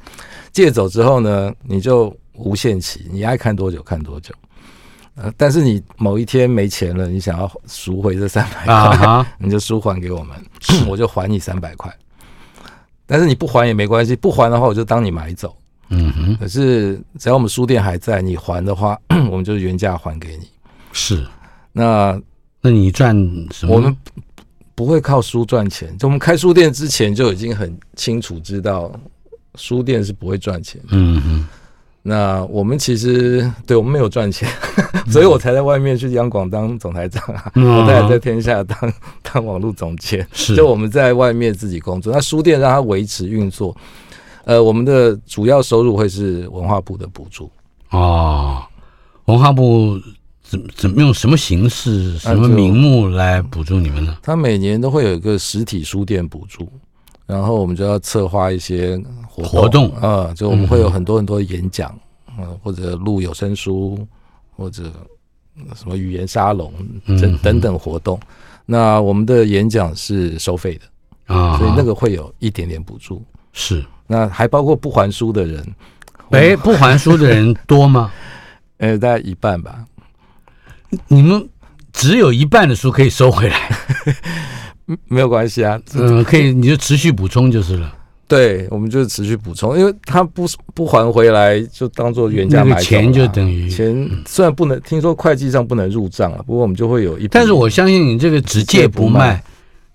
S3: 借走之后呢，你就无限期，你爱看多久看多久。呃，但是你某一天没钱了，你想要赎回这三百
S2: 啊
S3: 块，
S2: 哈，
S3: 你就书还给我们，我就还你三百块。但是你不还也没关系，不还的话我就当你买走。
S2: 嗯哼，
S3: 可是只要我们书店还在，你还的话，我们就原价还给你。
S2: 是。
S3: 那
S2: 那你赚什么呢？
S3: 我们不会靠书赚钱，就我们开书店之前就已经很清楚知道书店是不会赚钱。
S2: 嗯哼，
S3: 那我们其实对我们没有赚钱， 所以我才在外面去央广当总台长啊，
S2: 嗯
S3: 我在在天下当当网络总监。
S2: 是
S3: 就我们在外面自己工作，那书店让它维持运作。呃，我们的主要收入会是文化部的补助。
S2: 哦，文化部怎怎么用什么形式、什么
S3: 啊就
S2: 名目来补助你们呢？
S3: 他每年都会有一个实体书店补助，然后我们就要策划一些活动
S2: 活动
S3: 啊、就我们会有很多很多演讲，嗯、或者录有声书，或者什么语言沙龙等
S2: 嗯
S3: 等等活动。那我们的演讲是收费的，
S2: 啊，
S3: 所以那个会有一点点补助。
S2: 是，
S3: 那还包括不还书的人，
S2: 哎，不还书的人多吗？
S3: 呃，大概一半吧。
S2: 你们只有一半的书可以收回来，
S3: 嗯没有关系啊，
S2: 嗯，可以，你就持续补充就是了。
S3: 对，我们就持续补充，因为他不不还回来，就当做原价
S2: 那个
S3: 买走
S2: 钱
S3: 啦
S2: 就等于嗯
S3: 钱，虽然不能听说会计上不能入账了，不过我们就会有一笔。
S2: 但是我相信你这个只借不卖
S3: 卖，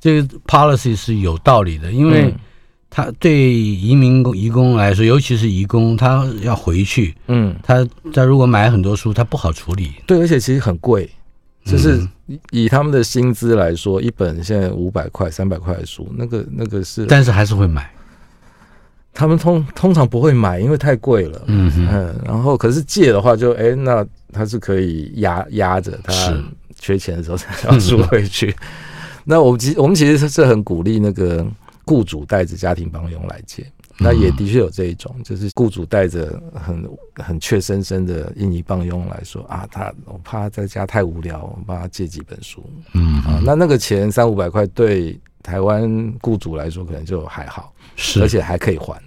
S2: 这个 policy 是有道理的，因为
S3: 嗯
S2: 他对移民工、移工来说，尤其是移工，他要回去，
S3: 嗯，
S2: 他他如果买很多书，他不好处理。
S3: 对，而且其实很贵，就是
S2: 嗯
S3: 以以他们的薪资来说，一本现在五百块、三百块的书，那个那个是，
S2: 但是还是会买。
S3: 他们通通常不会买，因为太贵了。
S2: 嗯哼，
S3: 嗯，然后可是借的话就，哎，那他是可以压压着他
S2: 是嗯
S3: 缺钱的时候才要赎回去。 那我们其我们其实是很鼓励那个雇主带着家庭帮佣来借，那
S2: 嗯
S3: 也的确有这一种，就是雇主带着很很怯生生的印尼帮佣来说啊，他我怕他在家太无聊，我帮他借几本书
S2: 嗯
S3: 啊。那那个钱三五百块对台湾雇主来说可能就还好，
S2: 是，
S3: 而且还可以还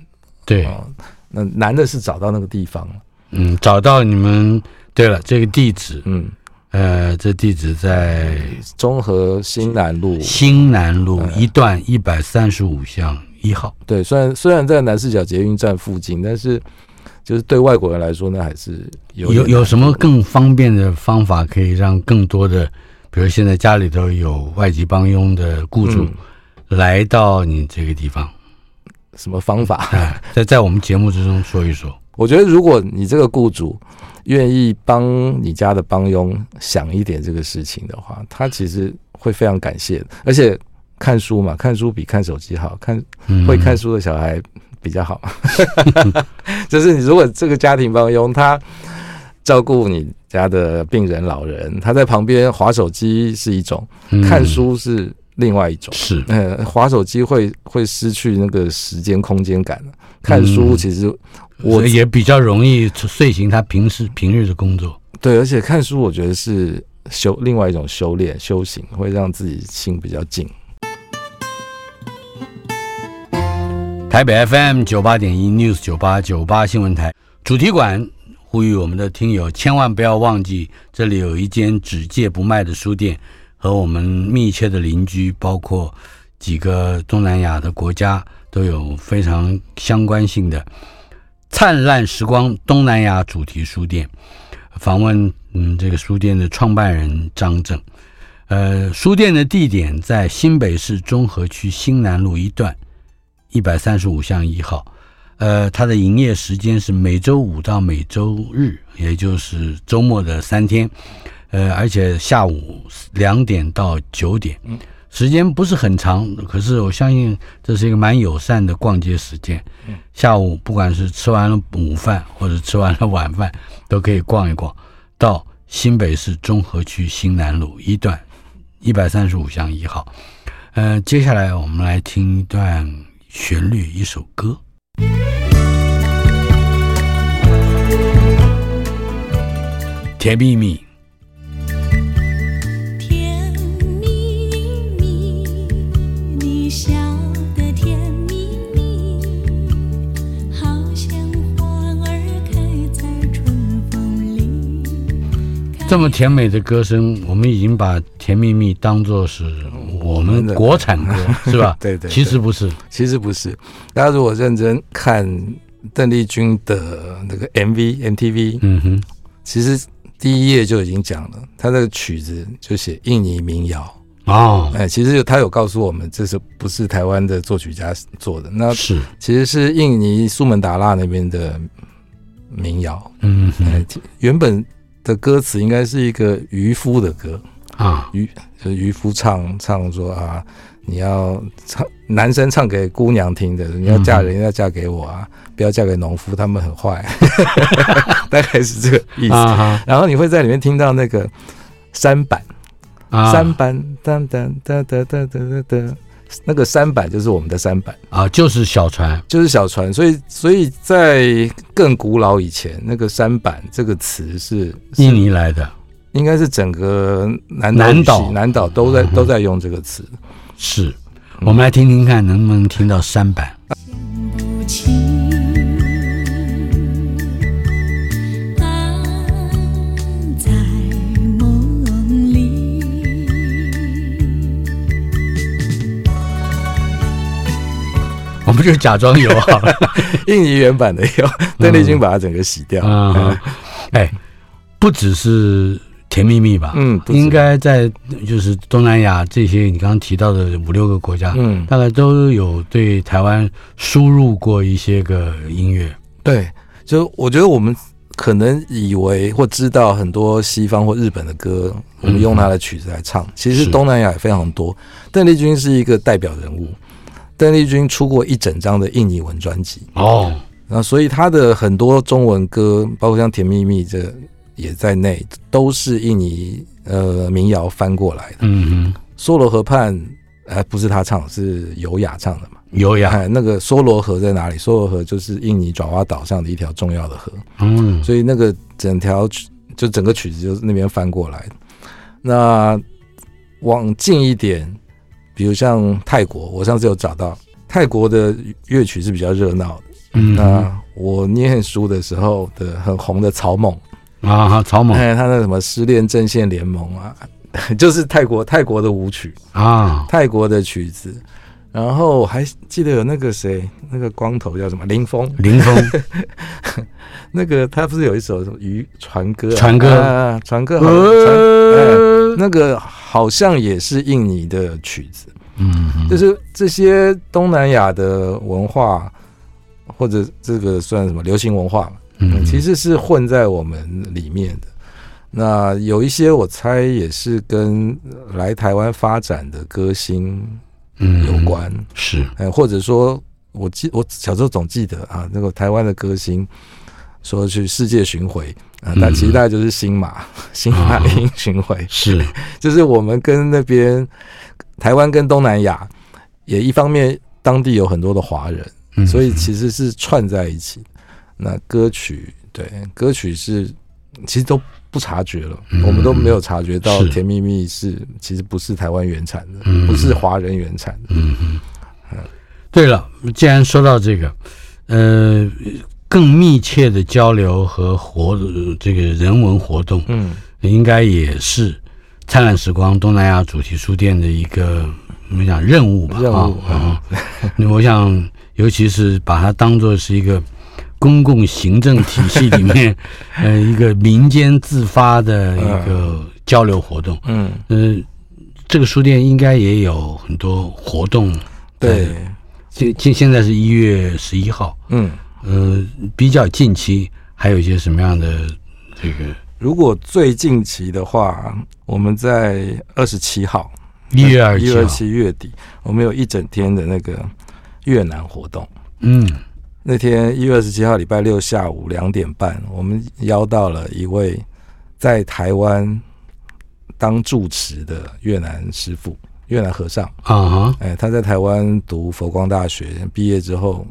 S2: 对，
S3: 啊。那难的是找到那个地方，
S2: 嗯，找到你们。对了，这个地址，
S3: 嗯。
S2: 呃，这地址在
S3: 中和新南路，
S2: 新南路
S3: 嗯
S2: 一段一百三十五巷一号。
S3: 对，虽然虽然在南势角捷运站附近，但是就是对外国人来说，那还是有
S2: 有
S3: 点
S2: 有
S3: 难嗯
S2: 什么更方便的方法可以让更多的，比如现在家里头有外籍帮佣的雇主
S3: 嗯
S2: 来到你这个地方，
S3: 什么方法？
S2: 啊，在在我们节目之中说一说。
S3: 我觉得如果你这个雇主愿意帮你家的帮佣想一点这个事情的话，他其实会非常感谢的。而且看书嘛，看书比看手机好，看
S2: 嗯，
S3: 会看书的小孩比较好嘛。 就是你如果这个家庭帮佣他照顾你家的病人、老人，他在旁边划手机是一种，
S2: 嗯
S3: 看书是另外一种。
S2: 是
S3: 呃，划手机会会失去那个时间空间感，看书其实我
S2: 所以嗯也比较容易遂行他平时平日的工作。
S3: 对，而且看书我觉得是修另外一种修炼、修行，会让自己心比较静。
S2: 台北 FM 九八点一 News 九八九八新闻台主题馆呼吁我们的听友千万不要忘记，这里有一间只借不卖的书店，和我们密切的邻居，包括几个东南亚的国家都有非常相关性的灿烂时光东南亚主题书店。访问嗯这个书店的创办人张正，呃，书店的地点在新北市中和区新南路一段。一百三十五巷一号。呃，它的营业时间是每周五到每周日，也就是周末的三天。呃，而且下午两点到九点。时间不是很长，可是我相信这是一个蛮友善的逛街时间。下午不管是吃完了午饭或者吃完了晚饭，都可以逛一逛，到新北市中和区新南路一段一百三十五巷一号。呃，接下来我们来听一段旋律，一首歌。甜蜜蜜，
S4: 甜蜜蜜，你笑得甜蜜蜜，好像花儿开在春风里。
S2: 这么甜美的歌声，我们已经把《甜蜜蜜》当做是我们国产歌，是吧？
S3: 嗯 对对对
S2: 其实不是，
S3: 其实不是，大家如果认真看邓丽君的那个 MV、MTV，
S2: 嗯哼，
S3: 其实第一页就已经讲了，她的曲子就写印尼民谣。
S2: 哦，
S3: 哎，其实他有告诉我们，这是不是台湾的作曲家做的？那
S2: 是，
S3: 其实是印尼苏门答腊那边的民谣。
S2: 嗯
S3: 哎
S2: 哼，
S3: 其原本的歌词应该是一个渔夫的歌，
S2: 啊，
S3: 就是渔夫唱唱说啊，你要唱男生唱给姑娘听的，你要嫁人要嫁给我啊，
S2: 嗯
S3: 不要嫁给农夫，他们 很坏，大概是这个意思。
S2: 啊哈
S3: 然后你会在里面听到那个三板，
S2: 啊，
S3: 三板当当当当当当当，那个三板就是我们的三板，
S2: 啊，就是小船，
S3: 就是小船。所以，所以在更古老以前，那个三板这个词是是
S2: 印尼来的，
S3: 应该是整个南岛
S2: 南
S3: 语系
S2: 岛
S3: 南岛都在
S2: 嗯
S3: 都在用这个词。
S2: 是。我们来听听看，能不能听到三版？
S4: 不起，啊，在梦里。
S2: 我们就假装有啊 好了。
S3: 印尼原版的有，邓丽君把它整个洗掉。
S2: 啊哈， 哎，不只是甜蜜蜜吧？
S3: 嗯，不止
S2: 应该在就是东南亚这些你刚刚提到的五六个国家，
S3: 嗯
S2: 大概都有对台湾输入过一些个音乐。
S3: 对，就我觉得我们可能以为或知道很多西方或日本的歌，我们用它的曲子来唱，其实
S2: 是
S3: 东南亚也非常多。邓丽君是一个代表人物，邓丽君出过一整张的印尼文专辑，
S2: 哦，
S3: 然后所以她的很多中文歌，包括像《甜蜜蜜》这也在内，都是印尼呃民谣翻过来的。
S2: 嗯哼，
S3: 梭罗河畔，哎、不是她唱，是尤雅唱的嘛。
S2: 有呀，
S3: 哎，那个梭罗河在哪里？梭罗河就是印尼爪哇岛上的一条重要的河，
S2: 嗯，
S3: 所以那个整条曲就整个曲子就是那边翻过来的。那往近一点，比如像泰国，我上次有找到泰国的乐曲是比较热闹的。
S2: 嗯
S3: 那我念书的时候的很红的草蜢，
S2: 啊哈，草蜢
S3: 哎，他那什么失恋阵线联盟啊， 就是泰国泰国的舞曲。
S2: 啊，
S3: 泰国的曲子，然后我还记得有那个谁，那个光头叫什么林峰，
S2: 林 峰
S3: 那个他不是有一首什么渔船歌、啊，
S2: 船歌呃
S3: 啊，船歌好像船、哎那个好像也是印尼的曲子，
S2: 嗯哼，
S3: 就是这些东南亚的文化或者这个算什么流行文化嘛，
S2: 嗯，
S3: 其实是混在我们里面的。那有一些我猜也是跟来台湾发展的歌星
S2: 嗯
S3: 有关，
S2: 是
S3: 哎，或者说，我记我小时候总记得啊，那个台湾的歌星说去世界巡回啊，但
S2: 嗯
S3: 其实大概就是新 马、新马英巡回，
S2: 是，
S3: 就是我们跟那边台湾跟东南亚也一方面当地有很多的华人，
S2: 嗯
S3: 所以其实是串在一起。那歌曲对歌曲是其实都。不察觉了，我们都没有察觉
S2: 嗯
S3: 到
S2: 是
S3: 《甜蜜蜜》是其实不是台湾原产的，
S2: 嗯
S3: 不是华人原产的。
S2: 嗯哼，对了，既然说到这个，呃，更密切的交流和活这个人文活动，
S3: 嗯，
S2: 应该也是灿烂时光东南亚主题书店的一个我们讲任务吧，
S3: 任务嗯
S2: 啊，啊那我想，尤其是把它当做是一个公共行政体系里 面，呃，一个民间自发的一个交流活动，
S3: 嗯，
S2: 嗯、这个书店应该也有很多活动，
S3: 对，
S2: 现现现在是一月十一号，
S3: 嗯，
S2: 呃，比较近期还有一些什么样的这个
S3: 如果最近期的话，我们在二十七号，
S2: 一月二十
S3: 一
S2: 七
S3: 二
S2: 号，
S3: 七月底，我们有一整天的那个越南活动。
S2: 嗯，
S3: 那天一月二十七号礼拜六下午两点半，我们邀到了一位在台湾当住持的越南师傅、越南和尚。
S2: 啊哈，
S3: 哎，他在台湾读佛光大学，毕业之后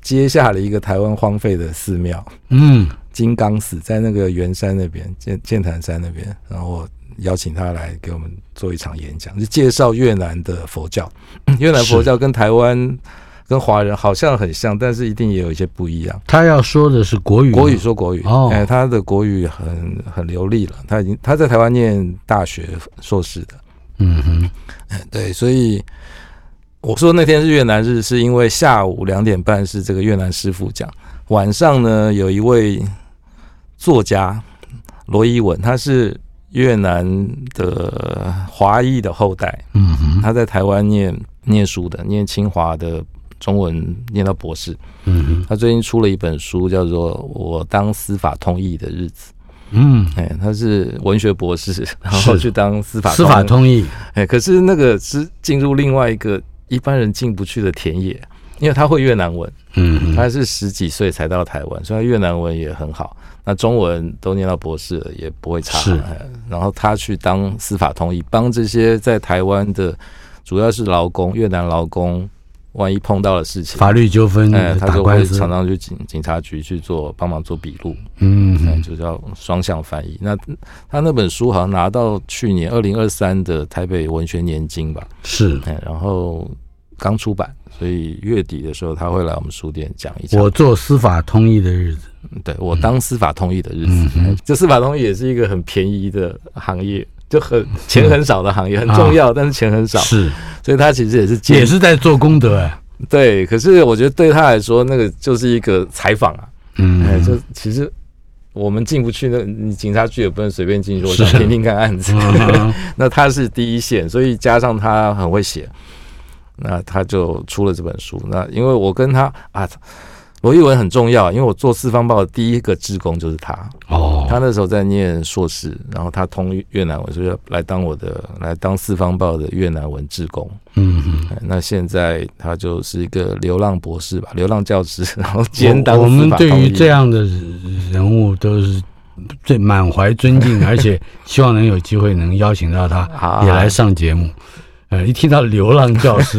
S3: 接下了一个台湾荒废的寺庙
S2: 嗯，
S3: 金刚寺，在那个圆山那边，剑剑潭山那边，然后我邀请他来给我们做一场演讲，就介绍越南的佛教。 越南佛教跟台湾跟华人好像很像，但是一定也有一些不一样。
S2: 他要说的是国语吗，
S3: 国语说国语，
S2: 哦
S3: 哎，他的国语很很流利了，他已经他在台湾念大学硕士的。
S2: 嗯哼，
S3: 对，所以我说那天是越南日，是因为下午两点半是这个越南师傅讲，晚上呢有一位作家罗一文，他是越南的华裔的后代，
S2: 嗯哼，
S3: 他在台湾念念书的，念清华的中文念到博士，
S2: 嗯哼，
S3: 他最近出了一本书，叫做《我当司法通译的日子》。
S2: 嗯，
S3: 哎，他是文学博士，然后
S2: 是
S3: 去当司法
S2: 司法通译，
S3: 哎，可是那个是进入另外一个一般人进不去的田野，因为他会越南文，
S2: 嗯哼，
S3: 他是十几岁才到台湾，所以他越南文也很好。那中文都念到博士了，也不会差。
S2: 是
S3: 哎然后他去当司法通译，帮这些在台湾的，主要是劳工，越南劳工，万一碰到的事情，
S2: 法律纠纷
S3: 哎，他
S2: 嗯打
S3: 就
S2: 官
S3: 会
S2: 司，
S3: 常常去警警察局去做帮忙做笔录。
S2: 嗯
S3: 嗯，
S2: 哼，
S3: 就叫双向翻译。那他那本书好像拿到去年二零二三的台北文学年金吧，
S2: 是
S3: 哎，然后刚出版，所以月底的时候他会来我们书店讲一讲。
S2: 我做司法通译的日子，
S3: 对我当司法通译的日
S2: 嗯
S3: 子，
S2: 哼，
S3: 这司法通译也是一个很便宜的行业，就很钱很少的行业，很重要，但是钱很
S2: 嗯
S3: 少，
S2: 啊是啊
S3: 所以他其实也是兼
S2: 也是在做功德，哎
S3: 对。可是我觉得对他来说，那个就是一个采访啊，哎，
S2: 嗯，
S3: 就其实。我们进不去，那你警察局也不能随便进去。我
S2: 是
S3: 想听听看案子，
S2: 嗯哼
S3: 那他是第一线，所以加上他很会写，那他就出了这本书。那因为我跟他啊，罗一文很重要，因为我做四方报的第一个志工就是他。他
S2: 哦，
S3: 那时候在念硕士，然后他通越南文，所以要来当我的来当四方报的越南文志工。
S2: 嗯哼。
S3: 哎那现在他就是一个流浪博士吧，流浪教师，然后兼当
S2: 我我们
S3: 司法
S2: 对
S3: 通
S2: 于
S3: 译
S2: 这样的人物都是最满怀尊 敬，而且希望能有机会能邀请到他
S3: 啊
S2: 也来上节目。呃，一听到流浪教 师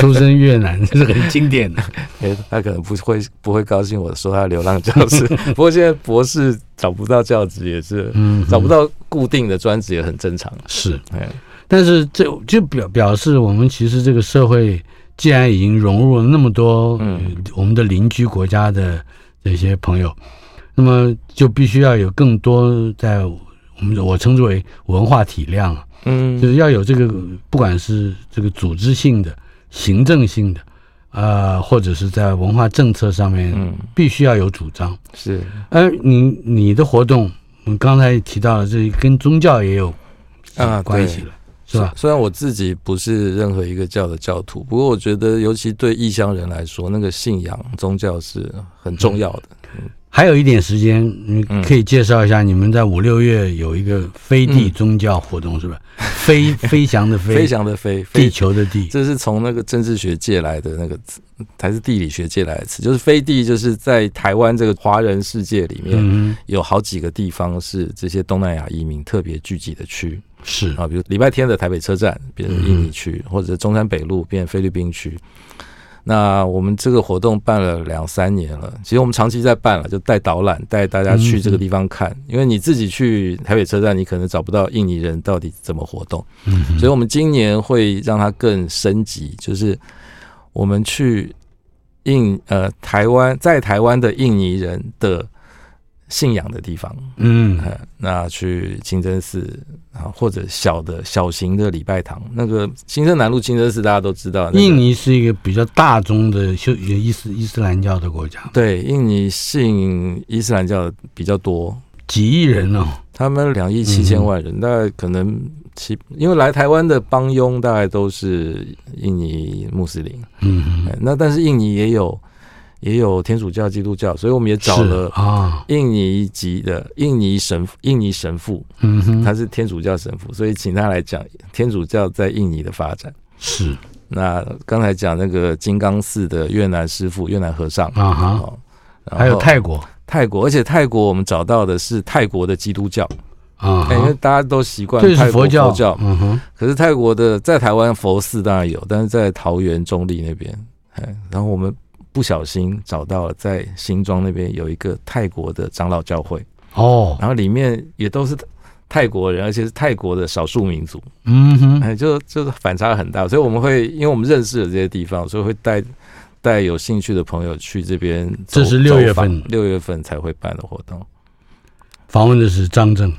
S2: 出身越南，这是很经典的。
S3: 诶哎他可能不会不会高兴我说他流浪教 师，不过现在博士找不到教职也是
S2: 嗯，
S3: 找不到固定的专职也很正常。
S2: 是，
S3: 哎，
S2: 但是这就表表示我们其实这个社会既然已经融入了那么多、
S3: 嗯
S2: 呃我们的邻居国家的这些朋友，那么就必须要有更多在我们我称之为文化体量啊。就
S3: 嗯，
S2: 是要有这个，不管是这个组织性的、行政性的，呃，或者是在文化政策上面，
S3: 嗯，
S2: 必须要有主张。
S3: 是，
S2: 而你你的活动，你刚才提到了，这跟宗教也有
S3: 啊
S2: 关系了，是吧？
S3: 虽然我自己不是任何一个教的教徒，不过我觉得，尤其对异乡人来说，那个信仰宗教是很重要的。
S2: 嗯还有一点时间，你
S3: 嗯
S2: 可以介绍一下你们在五六月有一个飞地
S3: 嗯
S2: 宗教活动，是吧？ 飞飞翔的飞，
S3: 飞翔的飞，
S2: 地
S3: 飞，
S2: 球的地，
S3: 这是从那个政治学界来的那个呃词，还是地理学界来的词？就是飞地，就是在台湾这个华人世界里面，
S2: 嗯，
S3: 有好几个地方是这些东南亚移民特别聚集的区
S2: 是，嗯
S3: 啊，比如礼拜天的台北车站变成印尼区，或者中山北路变菲律宾区。那我们这个活动办了两三年了，其实我们长期在办了，就带导览带大家
S2: 嗯
S3: 去这个地方看，因为你自己去台北车站，你可能找不到印尼人到底怎么活动，
S2: 嗯哼
S3: 所以我们今年会让它更升级，就是我们去印呃台湾在台湾的印尼人的信仰的地方，
S2: 嗯
S3: 呃，那去清真寺啊，或者小的小型的礼拜堂，那个新生南路清真寺大家都知道，那个、
S2: 印尼是一个比较大宗的修伊斯伊斯兰教的国家，
S3: 对印尼信伊斯兰教的比较多，
S2: 几亿人哦，
S3: 他们两亿七千万人，大概可能七，因为来台湾的帮佣大概都是印尼穆斯林，
S2: 嗯
S3: 哎那但是印尼也有。也有天主教、基督教，所以我们也找
S2: 是
S3: 了
S2: 啊，
S3: 印尼籍的印尼神父印尼神父，
S2: 嗯哼，
S3: 他是天主教神父，所以请他来讲天主教在印尼的发展。
S2: 是
S3: 那刚才讲那个金刚寺的越南师傅、越南和尚
S2: 啊哈，
S3: 哦，然后
S2: 还有泰国
S3: 泰国，而且泰国我们找到的是泰国的基督教，
S2: 啊
S3: 哎因为
S2: 哈，
S3: 大家都习惯
S2: 这
S3: 泰
S2: 是
S3: 国
S2: 佛教，
S3: 佛教，
S2: 嗯哼，
S3: 可是泰国的在台湾佛寺当然有，但是在桃园中立那边，哎，然后我们不小心找到了在新庄那边有一个泰国的长老教会，
S2: 哦，
S3: 然后里面也都是泰国人，而且是泰国的少数民族，
S2: 嗯哼，
S3: 哎，就就是反差很大，所以我们会因为我们认识了这些地方，所以会带带有兴趣的朋友去这边走。
S2: 这是六月份
S3: 走访六月份才会办的活动。
S2: 访问的是张正，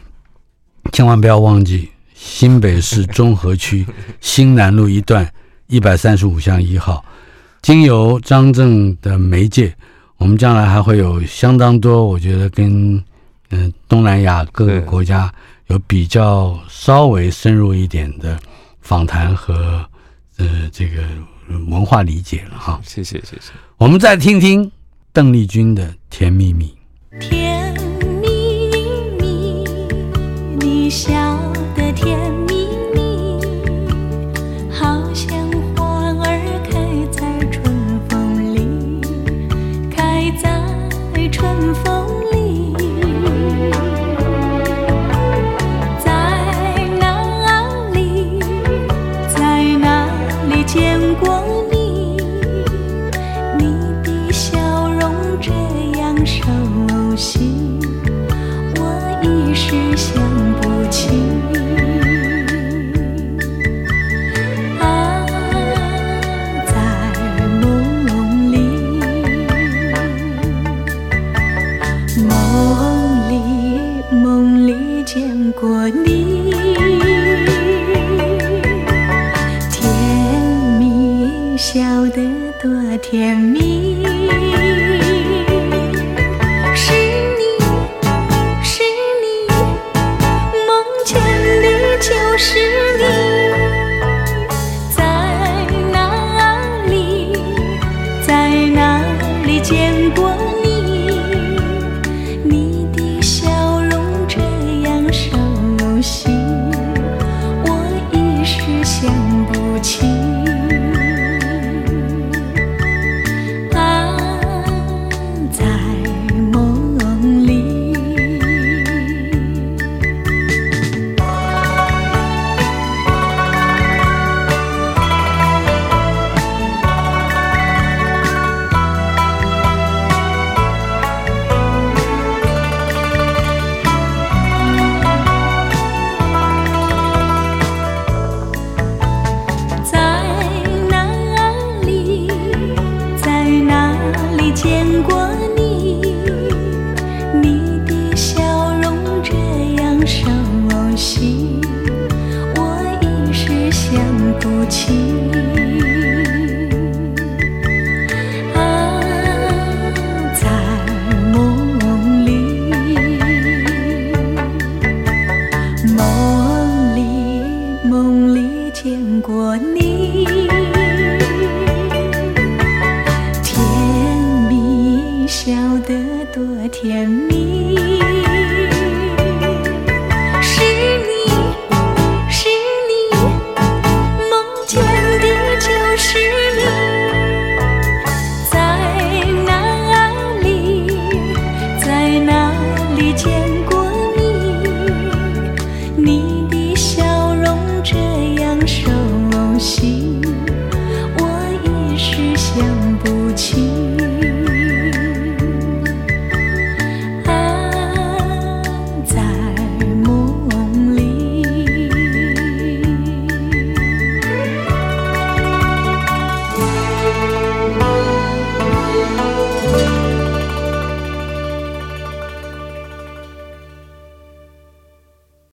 S2: 千万不要忘记新北市中和区新南路一段一百三十五巷一号，经由张正的媒介，我们将来还会有相当多，我觉得跟嗯、东南亚各个
S3: 对
S2: 国家有比较稍微深入一点的访谈和呃这个文化理解了哈。
S3: 谢谢，谢谢。
S2: 我们再听听邓丽君的《甜蜜蜜》。
S4: 甜蜜蜜，你笑得甜蜜蜜，好像花儿开在春风里，开在春风里。在哪里，在哪里见过你？你的笑容这样熟悉，我一时想不起。啊，在梦里，梦里梦里见过你。甜蜜，笑得多甜蜜。是你，是你，梦见的就是你，在哪里，在哪里见过你？你的笑容这样熟悉，我一时想不起。啊，在梦里。在哪里，在哪里见过你？你的笑容这样熟悉，我一时想不起。啊，在梦里。梦里梦里见过你，甜蜜笑得多甜蜜。